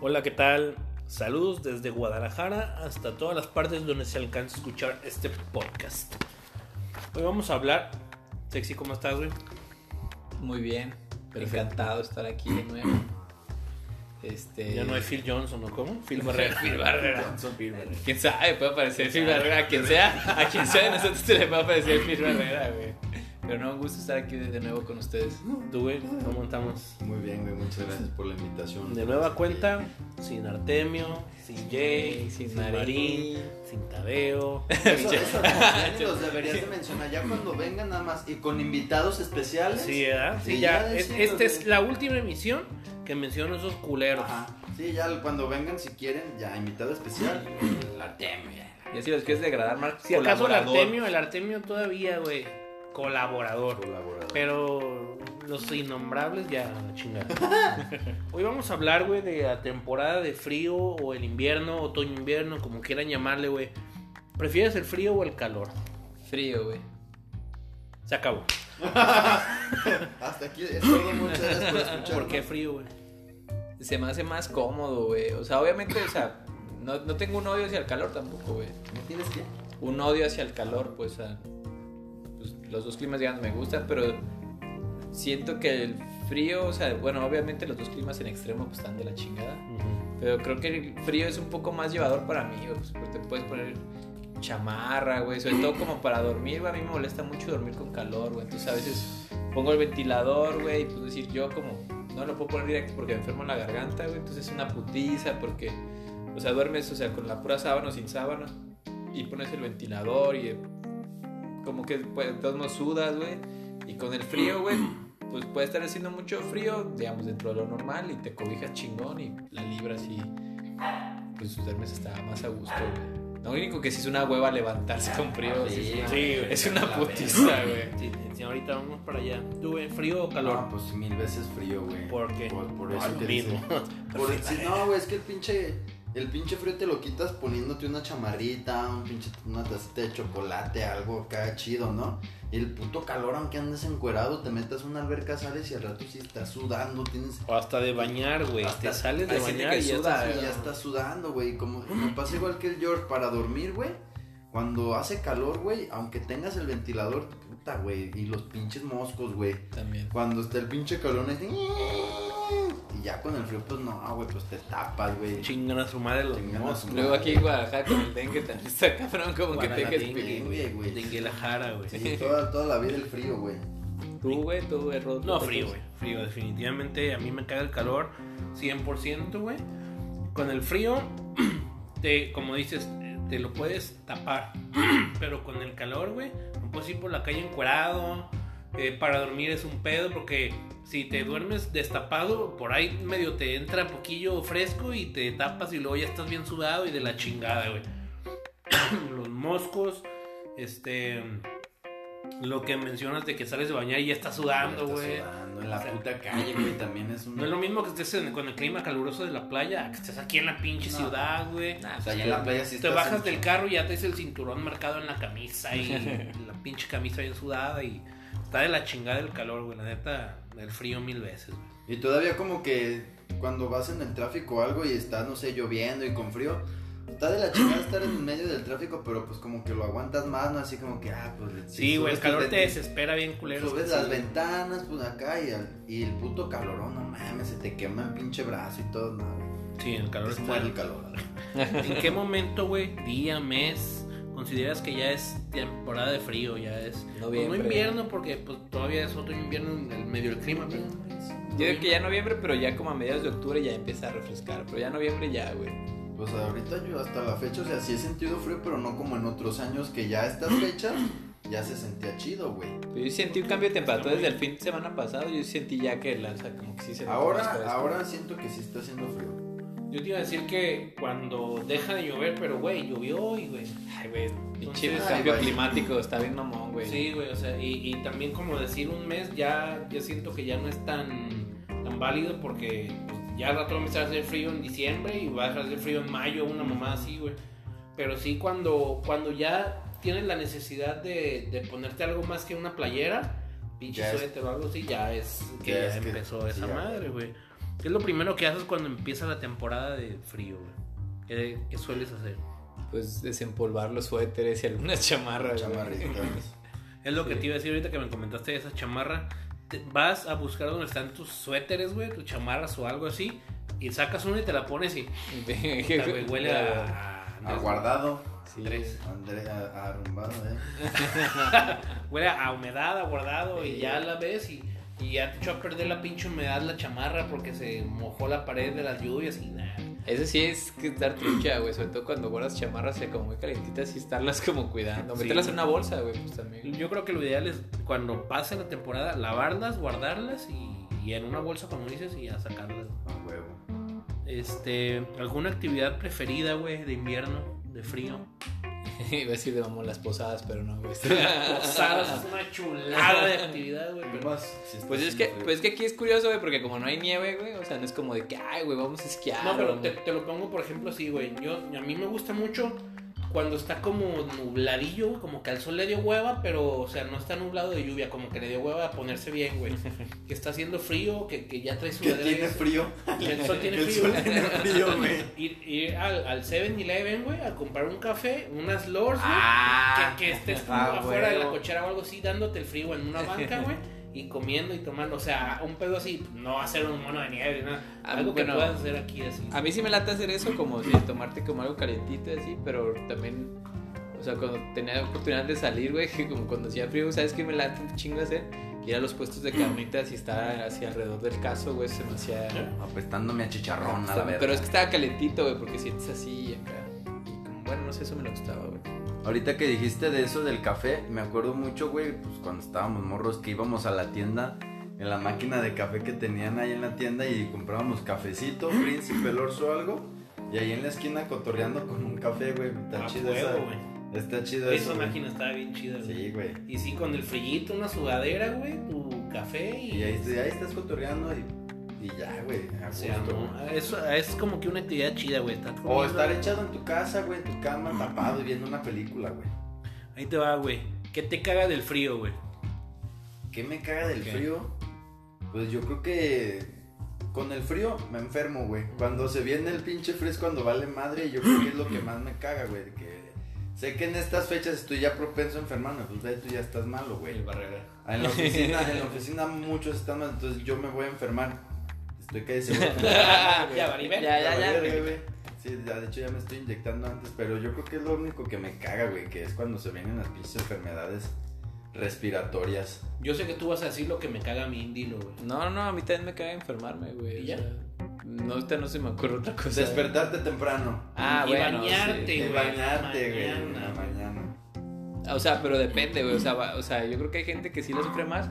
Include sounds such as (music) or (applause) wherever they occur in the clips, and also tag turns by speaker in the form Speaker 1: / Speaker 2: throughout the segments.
Speaker 1: Hola, ¿qué tal? Saludos desde Guadalajara hasta todas las partes donde se alcanza a escuchar este podcast. Hoy vamos a hablar. Sexy, ¿cómo estás, güey?
Speaker 2: Muy bien,
Speaker 1: Perfecto.
Speaker 2: encantado de estar aquí de nuevo. Este,
Speaker 1: Ya no hay Phil Johnson, ¿no? ¿Cómo? Phil Barrera.
Speaker 2: Phil
Speaker 1: (laughs)
Speaker 2: Barrera.
Speaker 3: Johnson Pilgrim.
Speaker 2: Quién sabe, puede aparecer Phil Barrera, a quien sea, a quien sea de nosotros se le puede aparecer Phil Barrera, güey. Pero no, un gusto estar aquí de nuevo con ustedes.
Speaker 1: Tú, güey, ¿cómo estamos?
Speaker 3: Muy bien, güey, muchas gracias por la invitación.
Speaker 1: De nueva cuenta, sin Artemio, sin Jay,
Speaker 2: Jay, sin
Speaker 1: sin Marín,
Speaker 2: Marín,
Speaker 1: sin Tadeo.
Speaker 4: Eso, (laughs) eso también los deberías de mencionar ya cuando vengan nada más y con invitados especiales.
Speaker 1: Mm. Sí, ¿verdad? Sí,
Speaker 4: Sí,
Speaker 1: ya.
Speaker 4: ya
Speaker 1: es-
Speaker 4: decimos,
Speaker 1: esta es
Speaker 4: güey.
Speaker 1: la última emisión que menciono esos culeros.
Speaker 4: Ajá. Sí, ya cuando vengan si quieren, ya invitado especial.
Speaker 1: Mm.
Speaker 4: El Artemio, ya.
Speaker 2: Y así los quieres degradar, Mark.
Speaker 1: Si acaso el
Speaker 2: colaborador.
Speaker 1: Artemio, el Artemio todavía, güey, colaborador.
Speaker 3: Colaborador.
Speaker 1: Pero los innombrables ya, la chingada. (laughs) Hoy vamos a hablar, güey, de la temporada de frío o el invierno, otoño-invierno, como quieran llamarle, güey. ¿Prefieres el frío o el calor?
Speaker 2: Frío, güey.
Speaker 1: Se (laughs) acabó.
Speaker 4: Hasta aquí es todo. Muchas gracias por escuchar.
Speaker 1: ¿Por qué frío, güey?
Speaker 2: Se me hace más cómodo, güey. O sea, obviamente, o sea, no, no tengo un odio hacia el calor tampoco, güey.
Speaker 4: ¿No tienes que?
Speaker 2: un odio hacia el calor, pues, a- pues, los dos climas digamos me gustan, pero siento que el frío, o sea, bueno, obviamente los dos climas en extremo pues, están de la chingada, pero creo que el frío es un poco más llevador para mí, güey, pues, porque te puedes poner chamarra, güey, sobre todo como para dormir, güey, a mí me molesta mucho dormir con calor, güey, entonces a veces pongo el ventilador, güey, y pues decir yo como no lo puedo poner directo porque me enfermo en la garganta, güey, entonces es una putiza porque o sea, duermes, o sea, con la pura sábana o sin sábana. Y pones el ventilador y eh, como que pues, de todos modos sudas, güey. Y con el frío,
Speaker 1: (clears throat)
Speaker 2: güey, pues puede estar haciendo mucho frío, digamos, dentro de lo normal. Y te cobijas chingón y la libras y pues duermes hasta más a gusto, güey. Lo único que sí es una hueva levantarse con frío. sí, es una-
Speaker 1: Ah, Sí, güey.
Speaker 2: es una putiza, güey.
Speaker 1: (laughs) Sí, sí, ahorita vamos para allá. ¿Tú, güey, frío o
Speaker 3: No,
Speaker 4: Ah,
Speaker 1: calor?
Speaker 3: pues mil veces frío, güey.
Speaker 1: Ah. ¿Por qué?
Speaker 3: Por, por
Speaker 1: No,
Speaker 3: eso
Speaker 1: lo
Speaker 3: que
Speaker 1: mismo.
Speaker 3: dice.
Speaker 4: Por el- sí, no, güey, es que el pinche. El pinche frío te lo quitas poniéndote una chamarrita, un pinche, una tacita de chocolate, algo acá chido, ¿no? Y el puto calor, aunque andes encuerado, te metas a una alberca, sales y al rato sí estás sudando, tienes
Speaker 1: O hasta de bañar, güey. Te
Speaker 4: Hasta-
Speaker 1: sales de
Speaker 2: hay gente
Speaker 1: bañar y
Speaker 2: que
Speaker 1: ya
Speaker 2: suda,
Speaker 1: estás
Speaker 4: Sí,
Speaker 2: ¿verdad?
Speaker 4: ya está sudando, güey. Como me pasa igual que el George para dormir, güey. Cuando hace calor, güey, aunque tengas el ventilador, puta, güey, y los pinches moscos, güey.
Speaker 2: También.
Speaker 4: Cuando está el pinche calor, es de- y ya con el frío, pues no, güey, pues te tapas, güey.
Speaker 1: Chingan a su madre los
Speaker 4: Chingan a
Speaker 1: moscos.
Speaker 4: su
Speaker 2: Luego aquí en Guadalajara con el dengue también está cabrón, como que
Speaker 1: Guadalajara,
Speaker 2: te
Speaker 1: dengue,
Speaker 2: que
Speaker 4: güey, güey.
Speaker 1: De Guadalajara, güey.
Speaker 4: pues. Sí, toda, toda la vida el frío, güey.
Speaker 2: Tú, güey, tú, güey, Rod,
Speaker 1: No,
Speaker 2: ¿tú te
Speaker 1: frío,
Speaker 2: gusta?
Speaker 1: güey. Frío, definitivamente. A mí me cae el calor 100%, güey. Con el frío, (clears throat) te, como dices, te lo puedes tapar. (clears throat) Pero con el calor, güey, no puedes ir pues por la calle encuerado. eh, para dormir es un pedo porque si te duermes destapado, por ahí medio te entra poquillo fresco y te tapas y luego ya estás bien sudado y de la chingada, güey. (coughs) Los moscos, este... Lo que mencionas de que sales de bañar y ya estás sudando,
Speaker 4: Ya estás
Speaker 1: güey.
Speaker 4: Sudando en la
Speaker 1: O sea,
Speaker 4: puta calle, güey, también es un.
Speaker 1: No es lo mismo que estés en- con el clima caluroso de la playa, a que estés aquí en la pinche
Speaker 4: No.
Speaker 1: ciudad, güey.
Speaker 2: Nah,
Speaker 4: O sea, allá en la playa sí
Speaker 1: Te
Speaker 4: estás
Speaker 1: bajas
Speaker 4: en-
Speaker 1: del carro y ya te es el cinturón marcado en la camisa y
Speaker 4: (laughs)
Speaker 1: la pinche camisa bien sudada y está de la chingada el calor, güey. La neta, el frío mil veces, güey.
Speaker 4: Y todavía como que cuando vas en el tráfico o algo y está, no sé, lloviendo y con frío, está de la chingada estar en medio del tráfico, pero pues como que lo aguantas más, ¿no? Así como que, ah, pues... si
Speaker 1: Sí, güey, el
Speaker 4: subes
Speaker 1: calor
Speaker 4: tus
Speaker 1: te
Speaker 4: ven-
Speaker 1: desespera bien culero.
Speaker 4: Subes
Speaker 1: Sí.
Speaker 4: las ventanas, pues acá, y, al- y el puto calorón, no mames, se te quema el pinche brazo y todo, no, güey.
Speaker 1: Sí, el calor
Speaker 4: Se
Speaker 1: está-
Speaker 4: muere el calor.
Speaker 1: ¿En qué momento, güey, día, mes, consideras que ya es temporada de frío? Ya es... Pues no
Speaker 2: Noviembre.
Speaker 1: invierno porque pues, todavía es otro invierno en el medio del clima, pero...
Speaker 2: Yo digo que ya noviembre, pero ya como a mediados de octubre ya empieza a refrescar. Pero ya noviembre ya, güey.
Speaker 4: Pues ahorita yo hasta la fecha, o sea, sí he sentido frío, pero no como en otros años que ya a estas fechas ya se sentía chido, güey.
Speaker 2: Pero yo sentí un cambio de temperatura desde el fin de semana pasado. Yo sentí ya que la, o sea, como que sí se nota más
Speaker 4: Ahora,
Speaker 2: fresco.
Speaker 4: ahora siento que sí está haciendo frío.
Speaker 1: Yo te iba a decir que cuando deja de llover, pero güey, llovió hoy, güey.
Speaker 2: Ay, güey, pinche
Speaker 1: Entonces,
Speaker 2: cambio
Speaker 4: ay, güey.
Speaker 2: climático. Está bien mamón, güey.
Speaker 1: Sí, güey, o sea, y, y también como decir un mes, ya, ya siento que ya no es tan, tan válido porque pues, ya al rato va a empezar a hacer frío en diciembre y va a dejar de hacer frío en mayo, una mamá así, güey. Pero sí, cuando, cuando ya tienes la necesidad de, de ponerte algo más que una playera, pinche
Speaker 4: Ya es-
Speaker 1: suéter o algo así, ya es que
Speaker 4: ya
Speaker 1: ya
Speaker 4: es que-
Speaker 1: empezó
Speaker 4: sí,
Speaker 1: esa
Speaker 4: ya.
Speaker 1: madre, güey. ¿Qué es lo primero que haces cuando empieza la temporada de frío, güey? ¿Qué, qué sueles hacer?
Speaker 2: Pues desempolvar los suéteres y algunas chamarras. güey. (laughs)
Speaker 4: Chamarritas.
Speaker 1: Es lo que
Speaker 2: Sí.
Speaker 1: te iba a decir ahorita que me comentaste de esa chamarra. Te- vas a buscar donde están tus suéteres, güey, tus chamarras o algo así. Y sacas una y te la pones y puta, güey, huele a.
Speaker 4: Aguardado.
Speaker 2: Sí.
Speaker 1: Tres.
Speaker 4: Andrés a- arrumbado, eh.
Speaker 1: Huele a humedad, aguardado. Y ya la ves y, y ya te echó a perder la pinche humedad la chamarra porque se mojó la pared de las lluvias y nada.
Speaker 2: Ese sí es que estar trucha, güey. Sobre todo cuando guardas chamarras eh, como muy calentitas y estarlas como cuidando.
Speaker 1: Sí.
Speaker 2: Meterlas en una bolsa, güey, pues también. (laughs)
Speaker 1: Yo creo que lo ideal es cuando pase la temporada, lavarlas, guardarlas y, y en una bolsa, como dices, y a sacarlas.
Speaker 4: A huevo.
Speaker 1: Este, ¿alguna actividad preferida, güey, de invierno, de frío?
Speaker 2: Iba a decir de mamón las posadas, pero no, güey.
Speaker 1: (laughs) Posadas, es una chulada de actividad, güey. pero-
Speaker 2: Pues es que, pues es que aquí es curioso, güey, porque como no hay nieve, güey, o sea, no es como de que, ay, güey, vamos a esquiar.
Speaker 1: No, pero
Speaker 2: o-
Speaker 1: te, te lo pongo, por ejemplo, así, güey. Yo, a mí me gusta mucho cuando está como nubladillo, güey, como que al sol le dio hueva, pero, o sea, no está nublado de lluvia, como que le dio hueva a ponerse bien,
Speaker 4: (laughs)
Speaker 1: güey. Que está haciendo frío, que, que ya trae su
Speaker 4: Que tiene frío.
Speaker 1: Que el sol
Speaker 4: (laughs) Que
Speaker 1: tiene
Speaker 4: el
Speaker 1: frío.
Speaker 4: sol tiene frío, güey.
Speaker 1: (laughs) Ir, ir al, al 7-Eleven, güey, a comprar un café, unas Lords, güey.
Speaker 2: Ah,
Speaker 1: que, que estés tú
Speaker 2: ah,
Speaker 1: afuera de la
Speaker 2: huevo.
Speaker 1: cochera o algo así, dándote el frío en
Speaker 4: (laughs)
Speaker 1: una banca, güey. Y comiendo y tomando, o sea, un pedo así, no hacer un mono de nieve, nada.
Speaker 2: Ah,
Speaker 1: Algo
Speaker 2: bueno.
Speaker 1: que puedas hacer aquí así.
Speaker 4: Ah,
Speaker 2: A mí sí me lata hacer eso, como si tomarte como algo calientito y así, pero también, o sea, cuando tenía oportunidad de salir, güey, (laughs) que como cuando hacía frío, ¿sabes qué me lata un chingo hacer? Ir a los puestos de carnitas y estar hacia alrededor del caso, güey, se me
Speaker 1: ¿Eh?
Speaker 2: hacía...
Speaker 4: Apestándome a chicharrón, a la
Speaker 2: pero
Speaker 4: verdad.
Speaker 2: es que estaba calentito, güey, porque sientes así acá. Y como, bueno, no sé, eso me gustaba, güey.
Speaker 4: Ahorita que dijiste de eso del café, me acuerdo mucho, güey, pues cuando estábamos morros que íbamos a la tienda, en la máquina de café que tenían ahí en la tienda y comprábamos
Speaker 1: (gasps)
Speaker 4: cafecito, príncipe, el orso o algo, y ahí en la esquina cotorreando con un café, güey. Está
Speaker 1: A
Speaker 4: chido
Speaker 1: Ah, huevo,
Speaker 4: esa-
Speaker 1: güey.
Speaker 4: Está chido
Speaker 1: Esa
Speaker 4: eso. güey.
Speaker 1: máquina estaba bien chida, güey.
Speaker 4: Sí, güey.
Speaker 1: Y sí, con el frillito, una sudadera, güey, tu café y.
Speaker 4: Y ahí, estoy- ahí estás cotorreando y, y ya, güey. a
Speaker 1: o sea,
Speaker 4: gusto,
Speaker 1: no,
Speaker 4: güey.
Speaker 1: eso es como que una actividad chida, güey. estar
Speaker 4: O
Speaker 1: comiendo-
Speaker 4: estar echado en tu casa, güey, en tu cama, tapado y viendo una película, güey.
Speaker 1: Ahí te va, güey. ¿Qué te caga del frío, güey?
Speaker 4: ¿Qué me caga del
Speaker 1: ¿Qué?
Speaker 4: frío? Pues yo creo que con el frío me enfermo, güey. Cuando se viene el pinche frío es cuando vale madre y yo creo que es lo que más me caga, güey. de Que sé que en estas fechas estoy ya propenso a enfermarme, pues güey, tú ya estás malo, güey. Ah,
Speaker 1: barrera.
Speaker 4: En la oficina, en la oficina muchos están mal, entonces yo me voy a enfermar. Estoy casi seguro. que me voy a enfermar, güey.
Speaker 1: Ah, Ya, Maribel.
Speaker 2: Ya, ya,
Speaker 4: La
Speaker 2: ya.
Speaker 4: verga, güey. Sí, ya, de hecho ya me estoy inyectando antes, pero yo creo que es lo único que me caga, güey, que es cuando se vienen las pinches enfermedades respiratorias.
Speaker 1: Yo sé que tú vas a decir lo que me caga a mí, dilo, güey.
Speaker 2: No, no, a mí también me caga enfermarme, güey.
Speaker 1: ¿Y
Speaker 2: o
Speaker 1: ya?
Speaker 2: sea, no, ahorita no se me ocurre otra cosa.
Speaker 4: Despertarte temprano.
Speaker 2: Ah,
Speaker 1: Y
Speaker 2: bueno,
Speaker 1: bañarte,
Speaker 2: sí.
Speaker 1: Sí,
Speaker 4: y
Speaker 1: güey,
Speaker 4: bañarte, güey.
Speaker 1: mañana,
Speaker 4: En la
Speaker 1: güey.
Speaker 4: mañana.
Speaker 2: O sea, pero depende, güey. O sea, va- o sea, yo creo que hay gente que sí la sufre más.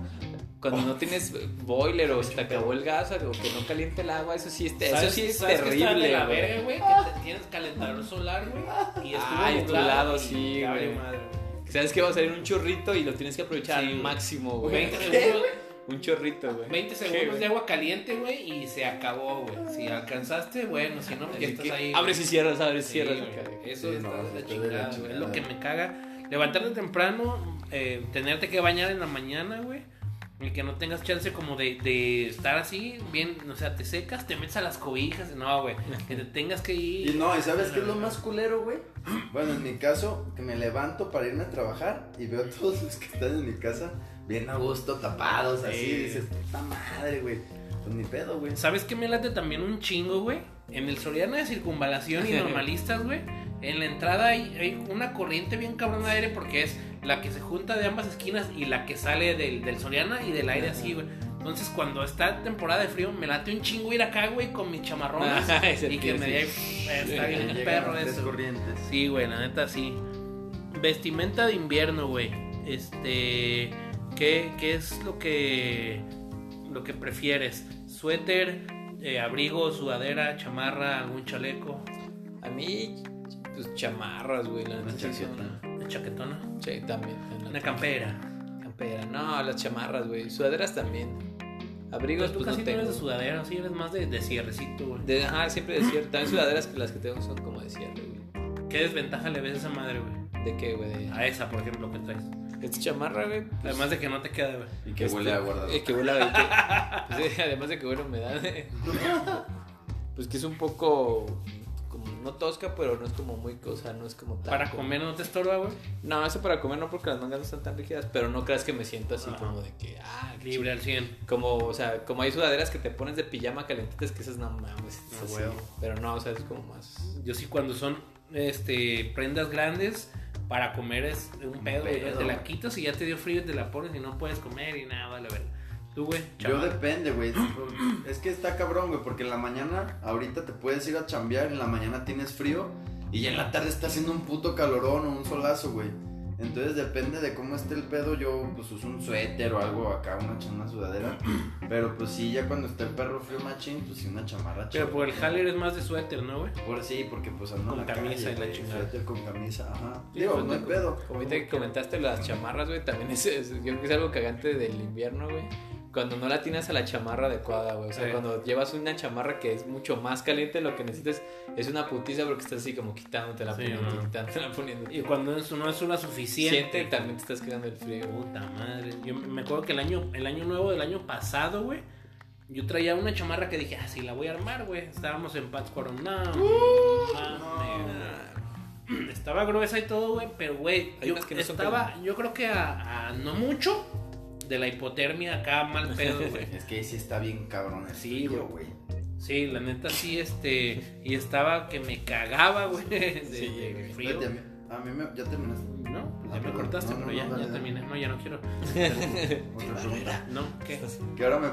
Speaker 2: Cuando
Speaker 1: Oh.
Speaker 2: no tienes boiler o se te acabó el gas o que no caliente el agua, eso sí es, te- eso
Speaker 1: ¿Sabes-
Speaker 2: sí es
Speaker 1: sabes que está de
Speaker 2: terrible,
Speaker 1: la
Speaker 2: güey. Ah,
Speaker 1: verga, güey, que te tienes calentador solar, güey. Y estuvo
Speaker 2: Ay,
Speaker 1: nublado
Speaker 2: nublado,
Speaker 1: y
Speaker 2: sí,
Speaker 1: ya valió
Speaker 2: güey.
Speaker 1: madre,
Speaker 2: Sabes que va a salir un chorrito y lo tienes que aprovechar
Speaker 1: Sí,
Speaker 2: al
Speaker 1: güey.
Speaker 2: máximo,
Speaker 1: güey.
Speaker 2: güey.
Speaker 1: 20 segundos,
Speaker 2: Un chorrito, güey.
Speaker 1: 20
Speaker 2: ¿Qué,
Speaker 1: segundos
Speaker 2: güey?
Speaker 1: de agua caliente, güey, y se acabó, güey. Si alcanzaste, bueno, si no, pues ya
Speaker 2: Así
Speaker 1: estás
Speaker 2: que
Speaker 1: ahí.
Speaker 2: Abres y
Speaker 1: güey.
Speaker 2: cierras, abres y
Speaker 1: Sí,
Speaker 2: cierras.
Speaker 1: güey.
Speaker 2: acá.
Speaker 1: Eso
Speaker 4: Sí,
Speaker 1: está
Speaker 4: no,
Speaker 1: de la
Speaker 4: está de la
Speaker 1: chingada, güey. Es
Speaker 4: chingada.
Speaker 1: lo que me caga. Levantarte temprano, eh, tenerte que bañar en la mañana, güey. Y que no tengas chance como de, de estar así, bien, o sea, te secas, te metes a las cobijas, no, güey. Que te tengas que ir.
Speaker 4: Y no, ¿y sabes qué es lo más culero, güey? (clears throat) Bueno, en mi caso, que me levanto para irme a trabajar y veo a todos los que están en mi casa bien a gusto, tapados, así.
Speaker 1: Sí.
Speaker 4: y dices, puta madre, güey. Pues ni pedo, güey.
Speaker 1: ¿Sabes qué me late también un chingo, güey? En el Soriana de Circunvalación y Normalistas, güey. En la entrada hay, hay una corriente bien cabrón de aire porque es la que se junta de ambas esquinas y la que sale del, del Soriana y del aire así, güey. Entonces, cuando está temporada de frío, me late un chingo ir acá, güey, con mis chamarrones.
Speaker 2: Ajá, y
Speaker 1: y que me dé. Está
Speaker 4: (laughs)
Speaker 1: bien
Speaker 4: Llegan
Speaker 1: perro
Speaker 4: las tres
Speaker 1: eso.
Speaker 4: corrientes.
Speaker 1: Sí, güey, la neta sí. Vestimenta de invierno, güey. Este, ¿qué, qué es lo que lo que prefieres? Suéter, eh, abrigo, sudadera, chamarra, algún chaleco,
Speaker 2: A mí, pues chamarras, güey. La
Speaker 4: Una
Speaker 2: neta, sí
Speaker 4: chaqueta.
Speaker 2: son-
Speaker 1: una chaquetona,
Speaker 2: Sí, también. la neta.
Speaker 1: una campera.
Speaker 2: Campera, no, las chamarras, güey. Sudaderas también. Abrigos,
Speaker 1: Pero
Speaker 2: pues,
Speaker 1: tú casi
Speaker 2: no
Speaker 1: no
Speaker 2: tengo.
Speaker 1: eres de sudadera, sí eres más de, de cierrecito, güey.
Speaker 2: De- ajá, siempre de cierre. También sudaderas que las que tengo son como de cierre, güey.
Speaker 1: ¿Qué desventaja le ves a esa madre, güey?
Speaker 2: ¿De qué, güey? De-
Speaker 1: A esa, por ejemplo, que traes.
Speaker 2: Esta chamarra, güey. pues,
Speaker 1: Además de que no te queda, güey.
Speaker 3: Y que
Speaker 2: este,
Speaker 3: huele a guardado.
Speaker 2: eh, que huele a- que- pues, eh, además de que huele a humedad. eh. Pues que es un poco. Como, no tosca, pero no es como muy cosa, no es como tan.
Speaker 1: Para
Speaker 2: como-
Speaker 1: comer no te estorba, güey.
Speaker 2: No, eso para comer no, porque las mangas no están tan rígidas, pero no creas que me siento así
Speaker 1: Ajá.
Speaker 2: como de que. Ah, qué
Speaker 1: Libre al 100.
Speaker 2: Como, o sea, como hay sudaderas que te pones de pijama calentitas que esas no mames. es
Speaker 1: Ah,
Speaker 2: así.
Speaker 1: huevo.
Speaker 2: Pero no, o sea, es como más.
Speaker 1: Yo sí cuando son este prendas grandes para comer es un pedo, güey.
Speaker 2: pedo,
Speaker 1: Te la
Speaker 2: güey.
Speaker 1: quitas y ya te dio frío y te la pones y no puedes comer y nada, la verdad. Tú, güey,
Speaker 4: Yo
Speaker 1: chaval.
Speaker 4: depende,
Speaker 1: (gasps)
Speaker 4: güey. Es que está cabrón, güey, porque en la mañana, ahorita te puedes ir a chambear, en la mañana tienes frío y ya en la tarde está haciendo un puto calorón o un solazo, güey. Entonces depende de cómo esté el pedo, yo pues uso un suéter o algo acá, una, ch- una
Speaker 1: (clears throat)
Speaker 4: sudadera. Pero pues sí, ya cuando esté el perro frío machín, pues sí una chamarra
Speaker 1: Pero
Speaker 4: chida.
Speaker 1: por el Haller es más de suéter, ¿no, güey?
Speaker 4: Por sí, porque pues ando
Speaker 1: Con
Speaker 4: en la
Speaker 1: camisa
Speaker 4: calle,
Speaker 1: y la
Speaker 4: güey,
Speaker 1: chingada.
Speaker 4: suéter con camisa, ajá.
Speaker 2: Sí,
Speaker 4: Digo,
Speaker 2: pues,
Speaker 4: no hay
Speaker 2: como-
Speaker 4: pedo.
Speaker 2: Como ahorita que comentaste las chamarras, güey, también es, es- yo creo que es algo cagante del invierno, güey. Cuando no la tienes a la chamarra adecuada, güey. O sea,
Speaker 1: Sí.
Speaker 2: cuando llevas una chamarra que es mucho más caliente, lo que necesitas es una putiza porque estás así como quitándotela,
Speaker 1: Sí,
Speaker 2: poniendo,
Speaker 1: no.
Speaker 2: quitándotela, poniendo.
Speaker 1: Y cuando es- no es una suficiente.
Speaker 2: Siente, también te estás quedando el frío. güey.
Speaker 1: Puta madre. Yo me acuerdo que el año, el año nuevo del año pasado, güey. Yo traía una chamarra que dije, ah, sí, la voy a armar, güey. Estábamos en Pats No, mames. (clears throat) Estaba gruesa y todo, güey. Pero, güey,
Speaker 2: Hay
Speaker 1: yo
Speaker 2: unas que no son
Speaker 1: estaba, yo creo que a, a no mucho de la hipotermia acá, mal pedo,
Speaker 4: (laughs)
Speaker 1: güey.
Speaker 4: Es que sí está bien cabrón el
Speaker 1: Sí,
Speaker 4: frío,
Speaker 1: güey.
Speaker 4: güey.
Speaker 1: Sí, la neta sí, este. Y estaba que me cagaba, güey. (laughs) De,
Speaker 2: Sí,
Speaker 1: de
Speaker 2: güey.
Speaker 1: frío.
Speaker 4: Espérate, A mí, a mí me, ya terminaste.
Speaker 1: No, pues
Speaker 4: Ah,
Speaker 1: ya me
Speaker 4: perdón.
Speaker 1: cortaste,
Speaker 4: No, no,
Speaker 1: pero
Speaker 4: no,
Speaker 1: ya,
Speaker 4: dale,
Speaker 1: ya
Speaker 4: dale.
Speaker 1: terminé. No, ya no quiero.
Speaker 4: Otra pregunta.
Speaker 1: No, ¿qué?
Speaker 4: Que ahora me,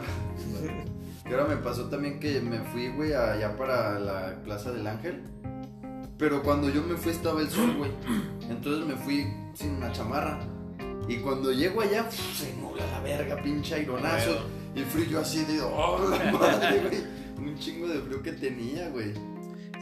Speaker 4: (laughs) que ahora me pasó también que me fui, güey, allá para la Plaza del Ángel. Pero cuando yo me fui estaba el sol, güey. Entonces me fui sin una chamarra. Y cuando llego allá, pf, se nubla la verga, pinche aironazo. Y el frío yo así de, oh, la madre, güey. Un chingo de frío que tenía, güey.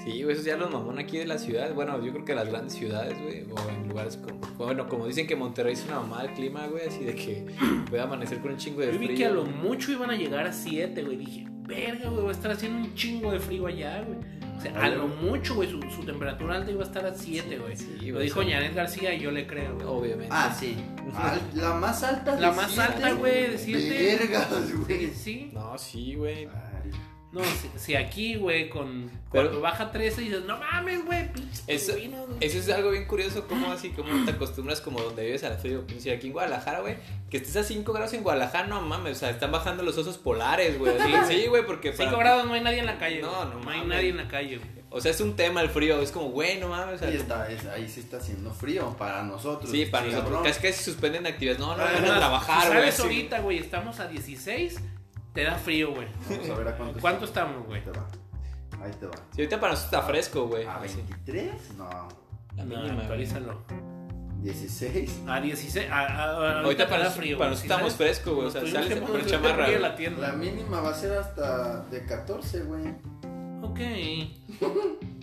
Speaker 2: Sí, güey, eso ya los mamón aquí de la ciudad. Bueno, yo creo que las grandes ciudades, güey, o en lugares como. Bueno, como dicen que Monterrey es una mamada del clima, güey, así
Speaker 1: (clears throat)
Speaker 2: de que puede amanecer con un chingo de
Speaker 1: Yo
Speaker 2: frío.
Speaker 1: vi que a lo mucho iban a llegar a 7, güey. Dije, verga, güey, va a estar haciendo un chingo de frío allá, güey. O sea, a
Speaker 4: Vale,
Speaker 1: lo
Speaker 4: güey.
Speaker 1: mucho, güey, su, su temperatura alta iba a estar a 7, güey.
Speaker 2: sí,
Speaker 1: lo
Speaker 2: güey,
Speaker 1: dijo
Speaker 2: sí. Oh,
Speaker 1: Ñanet García y yo le creo, güey.
Speaker 2: Obviamente.
Speaker 4: Ah, sí. Al- la más alta.
Speaker 1: La
Speaker 4: de
Speaker 1: más
Speaker 4: siete,
Speaker 1: alta, güey, de 7.
Speaker 4: Vergas,
Speaker 1: Sí,
Speaker 4: güey.
Speaker 1: sí.
Speaker 2: No, sí, güey.
Speaker 4: Ay.
Speaker 1: No, si, si aquí, güey, con.
Speaker 2: Pero-
Speaker 1: cuando baja 13 y dices, no mames, güey, pinche.
Speaker 2: Eso-
Speaker 1: turbina, güey".
Speaker 2: Eso es algo bien curioso, como así, como te acostumbras como donde vives al frío. Pues, si aquí en Guadalajara, güey, que estés a 5 grados en Guadalajara, no mames, o sea, están bajando los osos polares, güey.
Speaker 1: (laughs)
Speaker 2: así, Sí, güey, porque... para-
Speaker 1: 5 grados no hay nadie en la calle.
Speaker 2: No,
Speaker 1: güey.
Speaker 2: no
Speaker 1: no hay
Speaker 2: mames.
Speaker 1: nadie en la calle, güey.
Speaker 2: O sea, es un tema el frío, es como, güey, no mames, o
Speaker 4: Ahí,
Speaker 2: sea...
Speaker 4: está, es- ahí sí está haciendo frío para nosotros.
Speaker 2: Sí, para nosotros
Speaker 4: cabrón.
Speaker 2: casi casi suspenden actividades. No, no, van
Speaker 1: Además,
Speaker 2: a trabajar, güey.
Speaker 1: ¿Sabes
Speaker 2: así.
Speaker 1: ahorita, güey? Estamos a 16, te da frío, güey.
Speaker 4: Vamos a ver a cuánto,
Speaker 1: ¿Cuánto
Speaker 4: está.
Speaker 1: estamos, güey?
Speaker 4: Ahí te va. Ahí te va.
Speaker 2: Sí, ahorita para nosotros está fresco, güey.
Speaker 4: ¿A
Speaker 2: Así.
Speaker 4: 23? No.
Speaker 2: La
Speaker 1: No,
Speaker 2: mínima, güey.
Speaker 1: actualízalo.
Speaker 4: 16.
Speaker 1: A 16. a- a- a-
Speaker 2: Ahorita
Speaker 1: te
Speaker 2: para
Speaker 1: da
Speaker 2: nosotros, para
Speaker 1: güey,
Speaker 2: nosotros
Speaker 1: si
Speaker 2: estamos
Speaker 1: sales-
Speaker 2: fresco, güey. O
Speaker 1: nos
Speaker 2: sea,
Speaker 1: tuvimos
Speaker 2: sales
Speaker 1: que
Speaker 2: a comprar
Speaker 1: poner (laughs)
Speaker 2: chamarra.
Speaker 1: frío en
Speaker 2: güey.
Speaker 1: la tienda.
Speaker 4: La mínima va a ser hasta de 14, güey.
Speaker 1: Ok.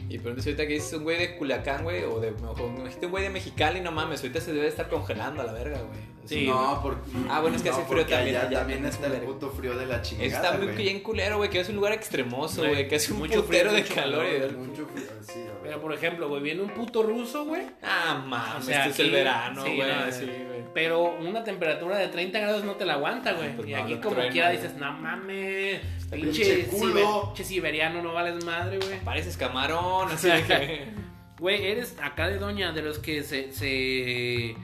Speaker 2: Y pronto ahorita que dices un güey de Culiacán, güey, o de o me dijiste un güey de Mexicali, no mames, ahorita se debe estar congelando a la verga, güey.
Speaker 1: Sí,
Speaker 4: no, porque.
Speaker 2: Ah, bueno, es que hace frío
Speaker 4: porque
Speaker 2: también,
Speaker 4: allá
Speaker 2: allá
Speaker 4: también
Speaker 2: también
Speaker 4: está
Speaker 2: es
Speaker 4: el
Speaker 2: culero.
Speaker 4: puto frío de la chingada.
Speaker 2: Está muy
Speaker 4: güey.
Speaker 2: bien culero, güey, que es un lugar extremoso,
Speaker 1: Güey,
Speaker 2: güey, que hace un
Speaker 1: mucho frío,
Speaker 2: putero de
Speaker 1: mucho
Speaker 2: calor. y-
Speaker 1: calor.
Speaker 4: Mucho frío, sí, a ver.
Speaker 1: Pero por ejemplo, güey, viene un puto ruso, güey.
Speaker 2: Ah,
Speaker 1: O
Speaker 2: mames,
Speaker 1: sea,
Speaker 2: este es el
Speaker 1: aquí-
Speaker 2: verano,
Speaker 1: sí,
Speaker 2: güey.
Speaker 1: no,
Speaker 2: sí, güey.
Speaker 1: Pero una temperatura de 30 grados no te la aguanta, güey.
Speaker 2: Pues
Speaker 1: y
Speaker 2: no,
Speaker 1: aquí
Speaker 2: no
Speaker 1: como
Speaker 2: truena,
Speaker 1: quiera
Speaker 2: güey.
Speaker 1: dices, no mames, pinche,
Speaker 4: pinche
Speaker 1: ciber-
Speaker 4: culo".
Speaker 1: pinche siberiano, no vales madre, güey.
Speaker 2: Pareces
Speaker 1: (laughs)
Speaker 2: camarón, así de que.
Speaker 1: Güey, eres acá de doña, de los que se, se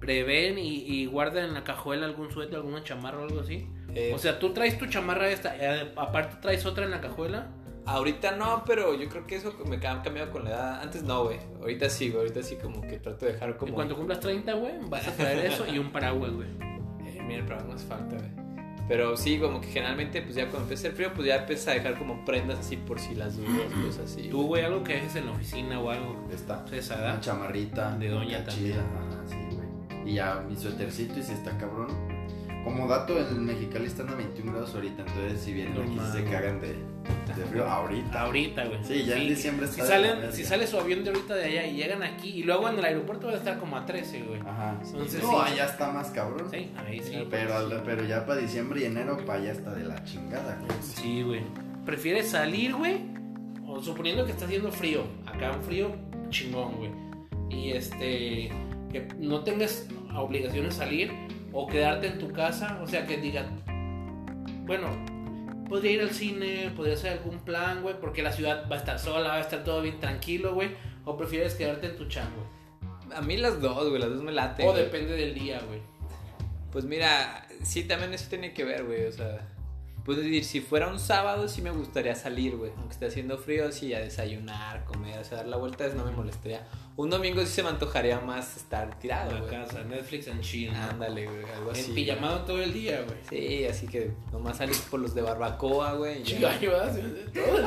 Speaker 1: prevén y, y guardan en la cajuela algún suéter, alguna chamarra o algo así.
Speaker 2: Eh,
Speaker 1: O sea, tú traes tu chamarra esta, eh, aparte traes otra en la cajuela.
Speaker 2: Ahorita no, pero yo creo que eso me ha cambiado con la edad. Antes no, güey. Ahorita sí, güey. Ahorita sí como que trato de dejar
Speaker 1: Y
Speaker 2: como...
Speaker 1: cuando cumplas 30, güey, vas a traer eso y un paraguas, güey.
Speaker 2: Eh, mira, el programa nos falta, güey. Pero sí, como que generalmente, pues ya cuando empieza el frío, pues ya empieza a dejar como prendas así por si las dudas, pues así.
Speaker 1: Tú, güey, algo que haces en la oficina o algo.
Speaker 4: Está.
Speaker 1: Esa
Speaker 4: Una
Speaker 1: edad.
Speaker 4: chamarrita.
Speaker 1: De doña
Speaker 4: acá
Speaker 1: también.
Speaker 4: chida, Ajá, sí, güey. Y ya mi suétercito y si está cabrón. Como dato, en Mexicali están a 21 grados ahorita. Entonces, si vienen
Speaker 1: No
Speaker 4: aquí, sí se
Speaker 1: mames.
Speaker 4: cagan de, de frío ahorita.
Speaker 1: Ahorita, güey.
Speaker 4: Sí, ya en diciembre
Speaker 1: Si,
Speaker 4: está de la
Speaker 1: salen,
Speaker 4: verga.
Speaker 1: si sale su avión de ahorita de allá y llegan aquí, y luego en el aeropuerto va a estar como a 13, güey.
Speaker 4: Ajá.
Speaker 1: Entonces,
Speaker 4: no,
Speaker 1: sí.
Speaker 4: allá está más cabrón.
Speaker 1: Sí, ahí sí.
Speaker 4: Pero, al- pero ya para diciembre y enero, para allá está de la chingada, güey.
Speaker 1: Sí, güey. ¿Prefieres salir, güey? O suponiendo que está haciendo frío. Acá un frío chingón, güey. Y este. que no tengas obligación de salir o quedarte en tu casa, o sea, que diga, bueno, podría ir al cine, podría hacer algún plan, güey, porque la ciudad va a estar sola, va a estar todo bien tranquilo, güey, o prefieres quedarte en tu chango.
Speaker 2: A mí las dos, güey, las dos me laten.
Speaker 1: O
Speaker 2: güey.
Speaker 1: depende del día, güey.
Speaker 2: Pues mira, sí, también eso tiene que ver, güey, o sea... Pues decir, si fuera un sábado sí me gustaría salir, güey. Aunque esté haciendo frío, sí, a desayunar, comer, o sea, dar la vuelta no me molestaría. Un domingo sí se me antojaría más estar
Speaker 1: A
Speaker 2: tirado,
Speaker 1: la
Speaker 2: Ah, güey.
Speaker 1: casa, Netflix en China.
Speaker 2: Ándale, güey, algo así.
Speaker 1: en
Speaker 2: güey.
Speaker 1: pijamado todo el día, güey.
Speaker 2: Sí, así que nomás salís por los de barbacoa, güey.
Speaker 1: (laughs)
Speaker 2: y ya.
Speaker 1: Chigallo, ¿verdad? Todo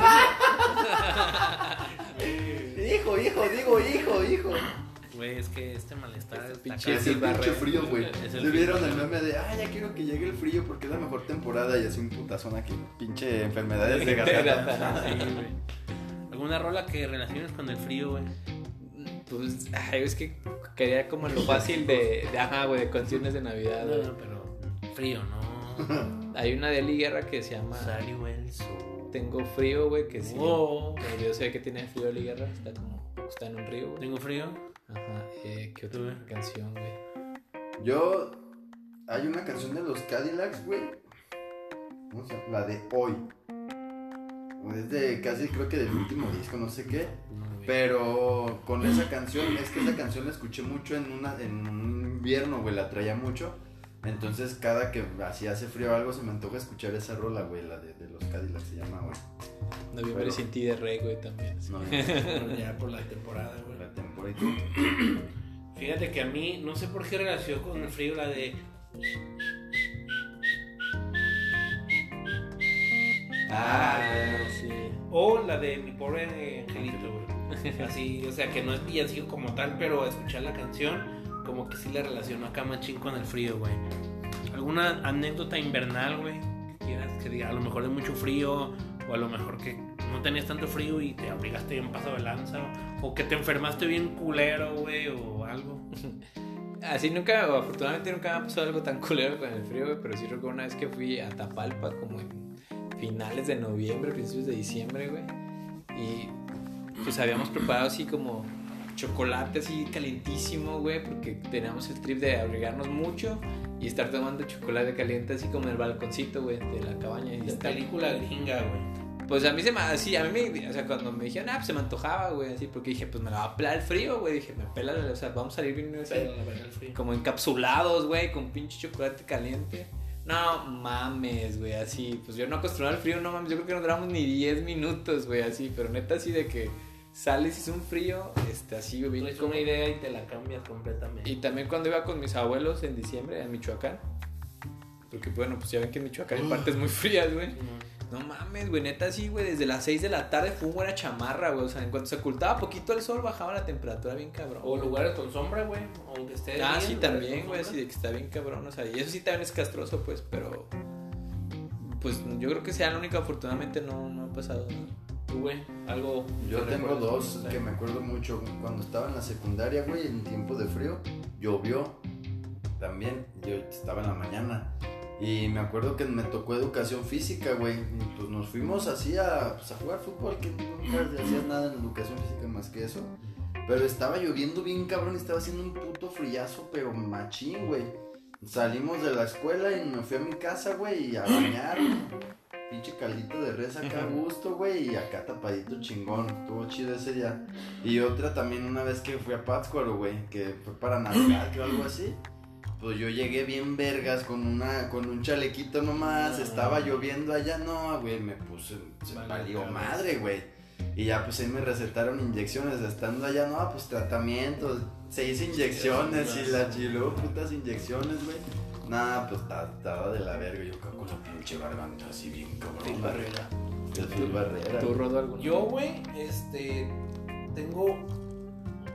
Speaker 2: (laughs)
Speaker 1: el-
Speaker 4: Hijo, hijo, digo hijo, hijo.
Speaker 1: Güey, es que este malestar
Speaker 2: Este
Speaker 1: está
Speaker 2: pinche
Speaker 1: cabrón.
Speaker 4: Es el pinche
Speaker 2: Barrera.
Speaker 4: frío, güey.
Speaker 1: Es el
Speaker 4: ¿Se vieron
Speaker 1: frío.
Speaker 4: el meme de, ah, ya quiero que llegue el frío porque es la mejor temporada y así un putazón aquí? Pinche
Speaker 1: (laughs)
Speaker 4: enfermedades de garganta.
Speaker 1: Sí, güey. ¿Alguna rola que relaciones con el frío, güey?
Speaker 2: Pues, ay, es que quería como lo fácil de, de ajá, güey, de canciones de Navidad,
Speaker 1: No,
Speaker 2: güey.
Speaker 1: no, pero frío, ¿no?
Speaker 2: Hay una de Eli Guerra que se llama
Speaker 1: (laughs) Salió el sol.
Speaker 2: Tengo frío, güey, que sí.
Speaker 1: Wow.
Speaker 2: Pero yo sé que tiene frío Eli Guerra, está como, está en un río, güey.
Speaker 1: ¿Tengo frío?
Speaker 2: Ajá, eh, qué otra
Speaker 1: Ujú.
Speaker 2: canción, güey.
Speaker 4: Yo, hay una canción de los Cadillacs, güey. ¿Cómo se llama? La de hoy. Es de casi creo que del último disco, no sé qué.
Speaker 1: No, güey.
Speaker 4: Pero con esa canción, es que esa canción la escuché mucho en, una, en un invierno, güey, la traía mucho. Entonces cada que así hace frío o algo se me antoja escuchar esa rola, güey, la de, de los Cadillacs se llama, güey.
Speaker 2: Noviembre
Speaker 4: Pero-
Speaker 2: sin ti de Rey, güey, también. sí.
Speaker 4: No, no,
Speaker 1: Ya por la temporada, güey.
Speaker 4: la temporada.
Speaker 1: Fíjate que a mí, no sé por qué relacionó con el frío la de.
Speaker 4: Ah,
Speaker 2: sí.
Speaker 1: O la de mi pobre angelito, güey. Así, o sea, que no es villancico como tal, pero escuchar la canción, como que sí la relacionó acá machín con el frío, güey. ¿Alguna anécdota invernal, güey? Que quieras que diga, a lo mejor de mucho frío, o a lo mejor que no tenías tanto frío y te abrigaste bien paso de lanza, o que te enfermaste bien culero, güey, o algo.
Speaker 2: Así nunca, o afortunadamente nunca me ha pasado algo tan culero con el frío, güey, pero sí recuerdo una vez que fui a Tapalpa como en finales de noviembre, principios de diciembre, güey. Y pues habíamos preparado así como chocolate así calientísimo, güey, porque teníamos el trip de abrigarnos mucho y estar tomando chocolate caliente así como en el balconcito, güey, de la cabaña. Y
Speaker 1: Es
Speaker 2: estar-
Speaker 1: película gringa, güey.
Speaker 2: Pues a mí se me, así, a mí me, o sea, cuando me dijeron, ah, pues se me antojaba, güey, así, porque dije, pues me la va a pelar el frío, güey, dije, me pela, o sea, vamos a salir bien, o sea,
Speaker 1: Pero la verdad, el frío.
Speaker 2: como encapsulados, güey, con pinche chocolate caliente. No mames, güey, así. Pues yo no acostumbrado al frío, no mames. Yo creo que no duramos ni 10 minutos, güey, así. Pero neta, así de que sales y es un frío, este, así, güey.
Speaker 1: Tú
Speaker 2: bien
Speaker 1: es una idea y te la cambias completamente.
Speaker 2: y también cuando iba con mis abuelos en diciembre a Michoacán. Porque bueno, pues ya ven que en Michoacán hay partes muy frías, güey. No mames, güey, neta sí, güey, desde las 6 de la tarde fue una buena chamarra, güey. O sea, en cuanto se ocultaba poquito el sol, bajaba la temperatura bien cabrón.
Speaker 1: O lugares con sombra, güey. Aunque esté.
Speaker 2: Ah,
Speaker 1: bien,
Speaker 2: sí,
Speaker 1: lugares
Speaker 2: también,
Speaker 1: con sombra.
Speaker 2: güey, así de que está bien cabrón, o sea, y eso sí también es castroso, pues, pero... Pues yo creo que sea la única, afortunadamente no, no ha pasado nada.
Speaker 1: Tú, güey, algo.
Speaker 4: Yo
Speaker 1: que
Speaker 4: tengo
Speaker 1: recuerdes,
Speaker 4: dos
Speaker 1: no sé.
Speaker 4: que me acuerdo mucho. Cuando estaba en la secundaria, güey, en tiempo de frío, llovió también. Yo estaba en la mañana. Y me acuerdo que me tocó educación física, güey. Y pues nos fuimos así a, pues, a jugar fútbol, que nunca hacías nada en educación física más que eso. Pero estaba lloviendo bien cabrón, y estaba haciendo un puto frillazo, pero machín, güey. Salimos de la escuela y me fui a mi casa, güey, y a bañar. Pinche caldito de res acá a gusto, güey, y acá tapadito chingón. Estuvo chido ese día. Y otra también una vez que fui a Pátzcuaro, güey, que fue para Navidad o algo así. Pues yo llegué bien vergas con una con un chalequito nomás,
Speaker 1: Ah.
Speaker 4: estaba lloviendo allá, no, güey, me puse se
Speaker 1: Vale,
Speaker 4: valió
Speaker 1: madre.
Speaker 4: madre, güey. Y ya pues ahí me recetaron inyecciones, estando allá, no, pues tratamientos, seis inyecciones y la chiló, putas inyecciones, güey. Nah, pues ta- estaba de la verga, yo acá con la pinche garganta así bien cabrón. Barrera. El full barrera.
Speaker 2: ¿Tú, Rodo, alguna?
Speaker 1: Yo, güey, este. Tengo.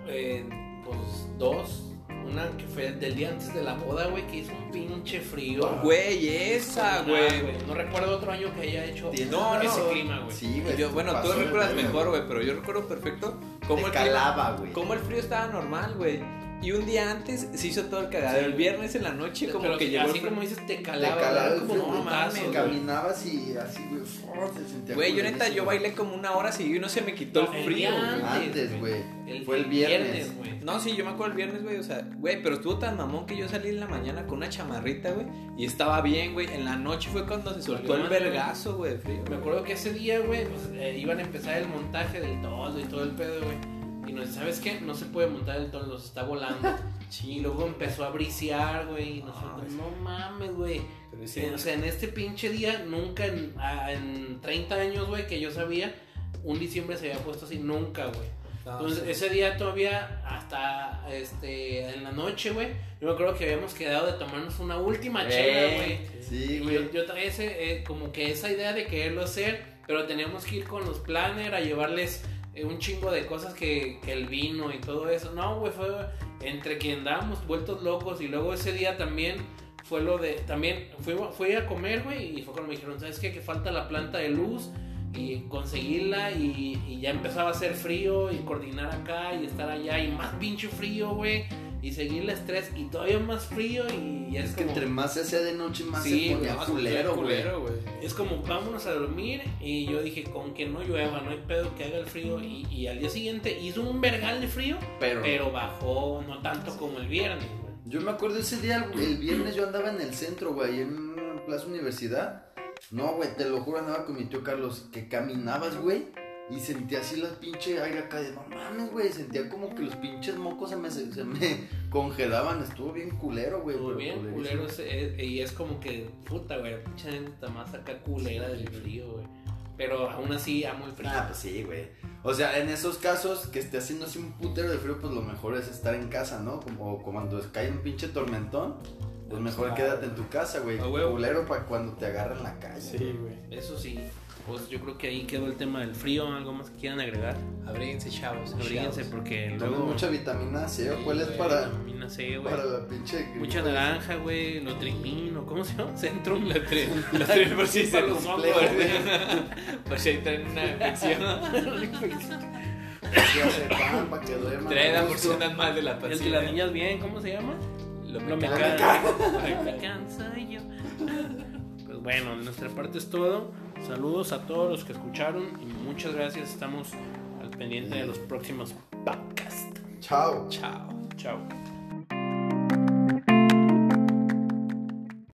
Speaker 1: eh, pues dos. Una que fue del día antes de la boda, güey, que hizo un pinche frío.
Speaker 2: Ah, Güey, esa,
Speaker 1: Nah,
Speaker 2: güey.
Speaker 1: No recuerdo otro año que haya hecho
Speaker 4: Tienes
Speaker 2: No,
Speaker 4: razón.
Speaker 1: ese clima, güey.
Speaker 4: Sí, güey.
Speaker 2: Pues, Yo- bueno, tú
Speaker 4: pasó de
Speaker 2: recuerdas
Speaker 4: verga,
Speaker 2: mejor, güey, pero yo recuerdo perfecto cómo
Speaker 4: Te
Speaker 2: el, clima-
Speaker 4: calaba, güey.
Speaker 2: cómo el frío estaba normal, güey. Y un día antes se hizo todo el cagadero.
Speaker 1: Sí.
Speaker 2: El viernes en la noche como
Speaker 1: Pero
Speaker 2: que llegó
Speaker 1: así
Speaker 2: el frío.
Speaker 1: como dices, te
Speaker 4: Te
Speaker 1: calaba,
Speaker 4: calaba
Speaker 1: ¿verdad?
Speaker 4: el
Speaker 1: como
Speaker 4: frío,
Speaker 1: no
Speaker 4: güey,
Speaker 1: mames. güey.
Speaker 4: Caminabas y así, güey, oh, se sentía
Speaker 2: Güey, yo neta,
Speaker 4: culerísimo.
Speaker 2: yo bailé como una hora seguida y no se me quitó
Speaker 1: No,
Speaker 2: el
Speaker 1: el
Speaker 2: frío.
Speaker 1: día
Speaker 2: güey.
Speaker 4: Antes, güey.
Speaker 1: El
Speaker 4: Fue el
Speaker 1: viernes,
Speaker 4: viernes.
Speaker 1: güey.
Speaker 2: No, sí, yo me acuerdo el viernes, güey, o sea, güey, pero estuvo tan mamón que yo salí en la mañana con una chamarrita, güey, y estaba bien, güey. En la noche fue cuando se soltó
Speaker 1: Valió
Speaker 2: el
Speaker 1: madre.
Speaker 2: vergazo, güey, de frío.
Speaker 1: Me acuerdo que ese día, güey, pues, eh, iban a empezar el montaje del toldo y todo el pedo, güey. Y nos ¿sabes qué? No se puede montar el toldo, se está volando. y luego empezó a brisear, güey. Y nosotros, no mames, güey.
Speaker 2: Pero
Speaker 1: Eh, O sea, en este pinche día, nunca en, a- en 30 años, güey, que yo sabía, un diciembre se había puesto así, nunca, güey.
Speaker 2: Ah,
Speaker 1: Entonces, ese día todavía, hasta este, en la noche, güey, yo me acuerdo que habíamos quedado de tomarnos una última
Speaker 2: Eh,
Speaker 1: chela, güey.
Speaker 4: Sí,
Speaker 1: Y
Speaker 4: güey.
Speaker 1: Yo, yo traía ese, eh, como que esa idea de quererlo hacer, pero teníamos que ir con los planner a llevarles eh, un chingo de cosas que, que el vino y todo eso. No, güey, fue entre quien andábamos vueltos locos y luego ese día también fue lo de, también fui, fui a comer, güey, y fue cuando me dijeron, ¿sabes qué? Que falta la planta de luz y conseguirla y, y ya empezaba a hacer frío y coordinar acá y estar allá y más pinche frío, güey. Y seguir el estrés y todavía más frío y, y es,
Speaker 4: Es que
Speaker 1: como-
Speaker 4: entre más se hacía de noche, más
Speaker 1: Sí,
Speaker 4: se
Speaker 1: güey,
Speaker 4: ponía
Speaker 2: más
Speaker 4: culero, güey.
Speaker 2: güey.
Speaker 1: es como vámonos a dormir y yo dije con que no llueva, no hay pedo que haga el frío y, y al día siguiente hizo un vergal de frío,
Speaker 4: Pero,
Speaker 1: pero bajó no tanto como el viernes. güey.
Speaker 4: yo me acuerdo ese día, el el viernes yo andaba en el centro, güey, en Plaza Universidad. No, güey, te lo juro, andaba con mi tío Carlos, que caminabas, güey, y sentía así la pinche aire acá de, no mames, güey, sentía como que los pinches mocos se me, se, se me (laughs) congelaban, estuvo bien culero, güey.
Speaker 1: Estuvo
Speaker 4: pero
Speaker 1: bien
Speaker 4: culerísimo.
Speaker 1: culero ese- eh, y es como que puta, güey, pinche neta más acá culera del frío, güey. Pero aún así amo el frío.
Speaker 4: Ah, pues sí, güey. O sea, en esos casos que esté haciendo así un putero de frío, pues lo mejor es estar en casa, ¿no? Como como cuando cae un pinche tormentón, pues mejor
Speaker 2: Ah.
Speaker 4: quédate en tu casa, güey.
Speaker 2: A huevo.
Speaker 4: Culero para cuando te agarran la calle.
Speaker 2: güey.
Speaker 1: Eso sí, pues yo creo que ahí quedó el tema del frío, algo más que quieran agregar.
Speaker 2: Abríguense, (laughs)
Speaker 1: (laughs)
Speaker 2: chavos.
Speaker 1: Abríguense porque
Speaker 4: Tomen
Speaker 1: luego
Speaker 4: mucha vitamina C, ¿o ¿cuál es
Speaker 2: güey,
Speaker 4: para,
Speaker 1: vitamina C, güey.
Speaker 4: para la pinche gripe?
Speaker 1: Mucha naranja, güey, Lotrimín, o ¿cómo se llama? (laughs) Centrum, Lotrim.
Speaker 2: Los tres por si se
Speaker 1: Para los
Speaker 2: los mocos,
Speaker 1: mocos,
Speaker 2: güey. (laughs) Por si ahí traen una infección.
Speaker 4: Ya se pan, para que duerma.
Speaker 2: Traen a
Speaker 4: a
Speaker 1: (laughs)
Speaker 4: gusto.
Speaker 2: porciones más de la
Speaker 1: El
Speaker 2: pancita.
Speaker 1: que las niñas bien, ¿cómo se llama?
Speaker 2: Lo
Speaker 1: No me
Speaker 2: mecano.
Speaker 1: canso. me canso yo. Pues bueno, de nuestra parte es todo. Saludos a todos los que escucharon y muchas gracias. Estamos al pendiente de los próximos podcasts.
Speaker 4: Chao.
Speaker 2: Chao.
Speaker 1: Chao.